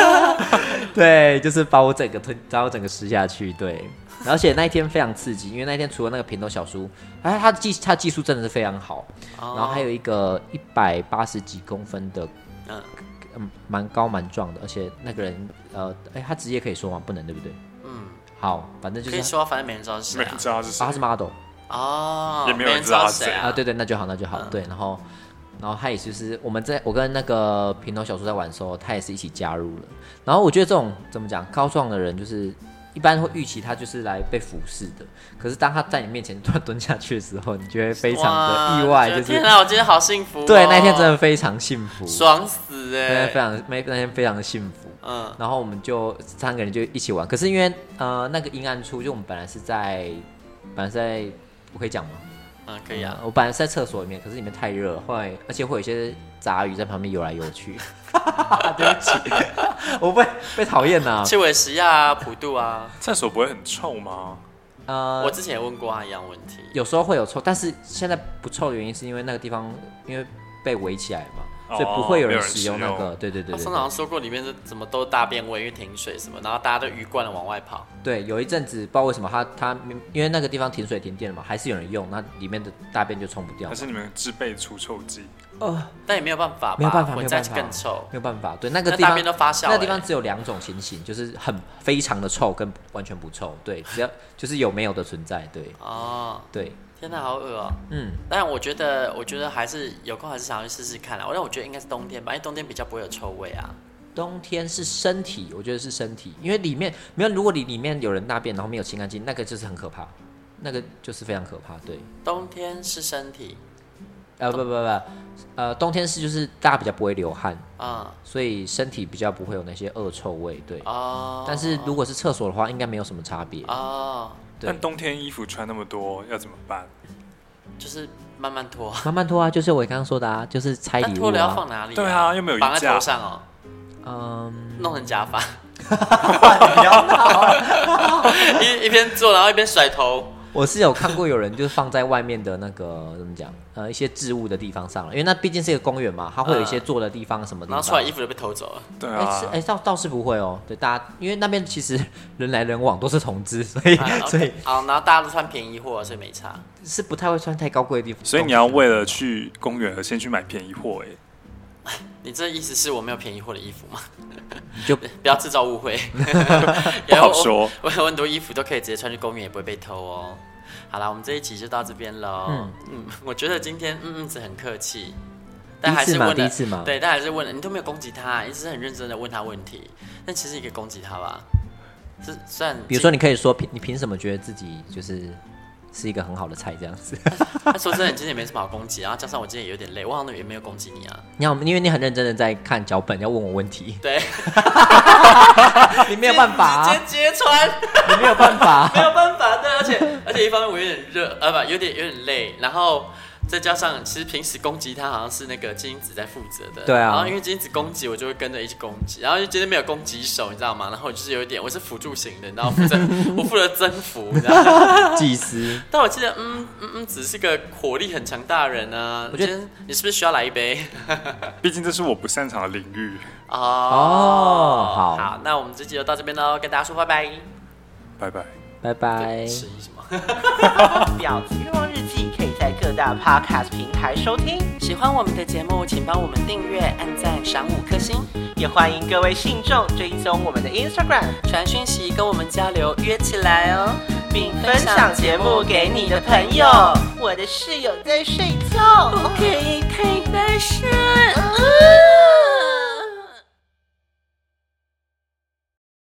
Speaker 4: 对，就是把我整个吞，把我整个吃下去。对，而且那一天非常刺激，因为那一天除了那个平头小叔，哎，他的技他的技术真的是非常好，
Speaker 3: 哦
Speaker 4: 然后还有一个一百八十几公分的
Speaker 3: 嗯，
Speaker 4: 嗯，蛮高蛮壮的，而且那个人，呃，哎、他职业可以说吗？不能，对不对？
Speaker 3: 嗯，
Speaker 4: 好，反正就
Speaker 3: 可以
Speaker 4: 是啊
Speaker 3: 说，反正没人知道是
Speaker 5: 没
Speaker 3: 谁
Speaker 5: 人
Speaker 3: 啊
Speaker 5: 知。道他是谁
Speaker 4: 啊，他是 model
Speaker 3: 哦，
Speaker 5: 也没有
Speaker 3: 人
Speaker 5: 人知道
Speaker 3: 道
Speaker 5: 他是谁
Speaker 3: 啊。
Speaker 4: 啊，对对，那就好，那就好，
Speaker 3: 嗯
Speaker 4: 对，然后，然后他也就是我们在我跟那个平头小叔在玩的时候，他也是一起加入了。然后我觉得这种怎么讲，高壮的人就是一般会预期他就是来被服侍的，可是当他在你面前突然蹲下去的时候，你就会非常的意
Speaker 3: 哇
Speaker 4: 外，
Speaker 3: 我觉
Speaker 4: 就
Speaker 3: 得
Speaker 4: 是
Speaker 3: 天哪，我今天好幸福哦。
Speaker 4: 对那一天真的非常幸福，
Speaker 3: 爽死
Speaker 4: 那天非
Speaker 3: 哎。
Speaker 4: 常那那天非常的幸福。
Speaker 3: 嗯
Speaker 4: 然后我们就三个人就一起玩。可是因为呃那个阴暗处，就我们本来是在本来是在我可以讲吗？
Speaker 3: 嗯，可以啊。
Speaker 4: 我本来是在厕所里面，可是里面太热了，后来而且会有一些杂鱼在旁边游来游去。对不起， 我被被讨厌呐。
Speaker 3: 去尾石亚啊，普渡 啊，
Speaker 5: 厕所不会很臭吗？
Speaker 3: 我
Speaker 4: 呃，
Speaker 3: 之前也问过他一样问题。
Speaker 4: 有时候会有臭，但是现在不臭的原因是因为那个地方因为被围起来嘛，所以不会有人使用那
Speaker 5: 哦没有人使
Speaker 4: 个。对对对
Speaker 3: 他
Speaker 4: 对
Speaker 3: 上次好像说过里面是怎么都大便味，因为停水什么，然后大家都鱼贯的往外跑。
Speaker 4: 对，有一阵子不知道为什么他他因为那个地方停水停电了嘛，还是有人用，那里面的大便就冲不掉
Speaker 5: 还。是你们自备除臭剂？
Speaker 3: 但也没有办法吧，
Speaker 4: 哦没有办法，没
Speaker 3: 混
Speaker 4: 有
Speaker 3: 在
Speaker 4: 办
Speaker 3: 一起
Speaker 4: 法，
Speaker 3: 啊更臭。
Speaker 4: 没有办法。对，那个
Speaker 3: 那
Speaker 4: 地
Speaker 3: 大
Speaker 4: 方
Speaker 3: 便都发酵了欸
Speaker 4: 那地方只有两种情形，就是很非常的臭跟完全不臭。 对，只要就是有没有的存在。对
Speaker 3: 哦，
Speaker 4: 对，
Speaker 3: 天哪，好恶哦、
Speaker 4: 嗯，
Speaker 3: 但我觉得，我觉得还是有空还是想要去试试看啦。但我觉得应该是冬天吧，因为冬天比较不会有臭味啊。
Speaker 4: 冬天是身体，我觉得是身体，因为里面没有，如果里里面有人大便然后没有清干净，那个就是很可怕，那个就是非常可怕。对，
Speaker 3: 冬天是身体，
Speaker 4: 呃不不不，呃冬天是就是大家比较不会流汗，
Speaker 3: 嗯，
Speaker 4: 所以身体比较不会有那些恶臭味。对，
Speaker 3: 哦，
Speaker 4: 但是如果是厕所的话，应该没有什么差别。
Speaker 3: 哦，
Speaker 4: 对
Speaker 5: 但，冬天衣服穿那么多，要怎么办？
Speaker 3: 就是慢慢拖，
Speaker 4: 慢慢拖啊，就是我刚刚说的啊，就是拆
Speaker 3: 但
Speaker 4: 礼
Speaker 3: 拖
Speaker 4: 物
Speaker 3: 哦了要
Speaker 4: 啊。
Speaker 3: 放哪里、
Speaker 5: 对啊又没有衣架
Speaker 3: 绑在头上哦，
Speaker 4: 嗯，
Speaker 3: 弄成假 发，一一边做然后一边甩头，
Speaker 4: 我是有看过有人就是放在外面的那个怎么讲，呃，一些置物的地方上了，因为那毕竟是一个公园嘛，它会有一些坐的地方什么的。
Speaker 3: 然后出来衣服就被偷走了。
Speaker 5: 对
Speaker 4: 哎、是
Speaker 5: 啊
Speaker 4: 哎、，倒倒是不会哦。对，大家因为那边其实人来人往都是同志，所以、
Speaker 3: 啊
Speaker 4: 所以
Speaker 3: OK，好，然后 大家都穿便宜货，所以没差。
Speaker 4: 是不太会穿太高贵的地方。
Speaker 5: 所以你要为了去公园而先去买便宜货，哎，
Speaker 3: 你这意思是我没有便宜货的衣服吗？
Speaker 4: 你就
Speaker 3: 不要制造误 会，
Speaker 5: 不好说。
Speaker 3: 我有很多衣服都可以直接穿去公园，也不会被偷哦。好啦，我们这一集就到这边喽。嗯
Speaker 4: 嗯
Speaker 3: 我觉得今天嗯嗯子很客气，但
Speaker 4: 第一
Speaker 3: 还
Speaker 4: 次
Speaker 3: 是
Speaker 4: 嘛
Speaker 3: 问了
Speaker 4: 第一次嘛
Speaker 3: 对，但还是问了，你都没有攻击他，一直是很认真的问他问题。但其实你可以攻击他吧？这算，
Speaker 4: 比如说，你可以说凭你凭什么觉得自己就是是一个很好的菜这样子？
Speaker 3: 他说真的，你今天也没什么好攻击，然后加上我今天也有点累，我好像也没有攻击你啊。
Speaker 4: 你要因为你很认真的在看脚本，要问我问题，
Speaker 3: 对，
Speaker 4: 你没有办法、啊，
Speaker 3: 直接揭穿。
Speaker 4: 你没有办法、
Speaker 3: 没有办法，对，而且而且一方面我有点热，呃，不，有点有点累，然后再加上其实平时攻击他好像是那个金英子在负责的，
Speaker 4: 对啊
Speaker 3: 然后因为金英子攻击，我就会跟着一起攻击，然后就今天没有攻击手，你知道吗？然后我就是有一点我是辅助型的，你知道，负责 我负责增幅，你知道吗。
Speaker 4: 祭司，
Speaker 3: 但我记得，嗯嗯嗯，只是个火力很强大的人啊。我
Speaker 4: 我觉
Speaker 3: 觉
Speaker 4: 得
Speaker 3: 得你是不是需要来一杯？
Speaker 5: 毕竟这是我不擅长的领域。
Speaker 3: 哦，
Speaker 4: 哦好
Speaker 3: 好，那我们这集就到这边喽，跟大家说拜拜。
Speaker 5: 拜拜。
Speaker 4: 拜拜。
Speaker 3: 迟疑什么？
Speaker 1: 《婊子欲望日记》可以在各大 podcast 平台收听，
Speaker 3: 喜欢我们的节目，请帮我们订阅、按赞、赏五颗星。
Speaker 1: 也欢迎各位信众追踪我们的 Instagram，
Speaker 3: 传讯息跟我们交流，约起来哦，并
Speaker 1: 分享节目给你的朋友。我的室友在睡觉。
Speaker 2: 不可以太大声。
Speaker 3: 啊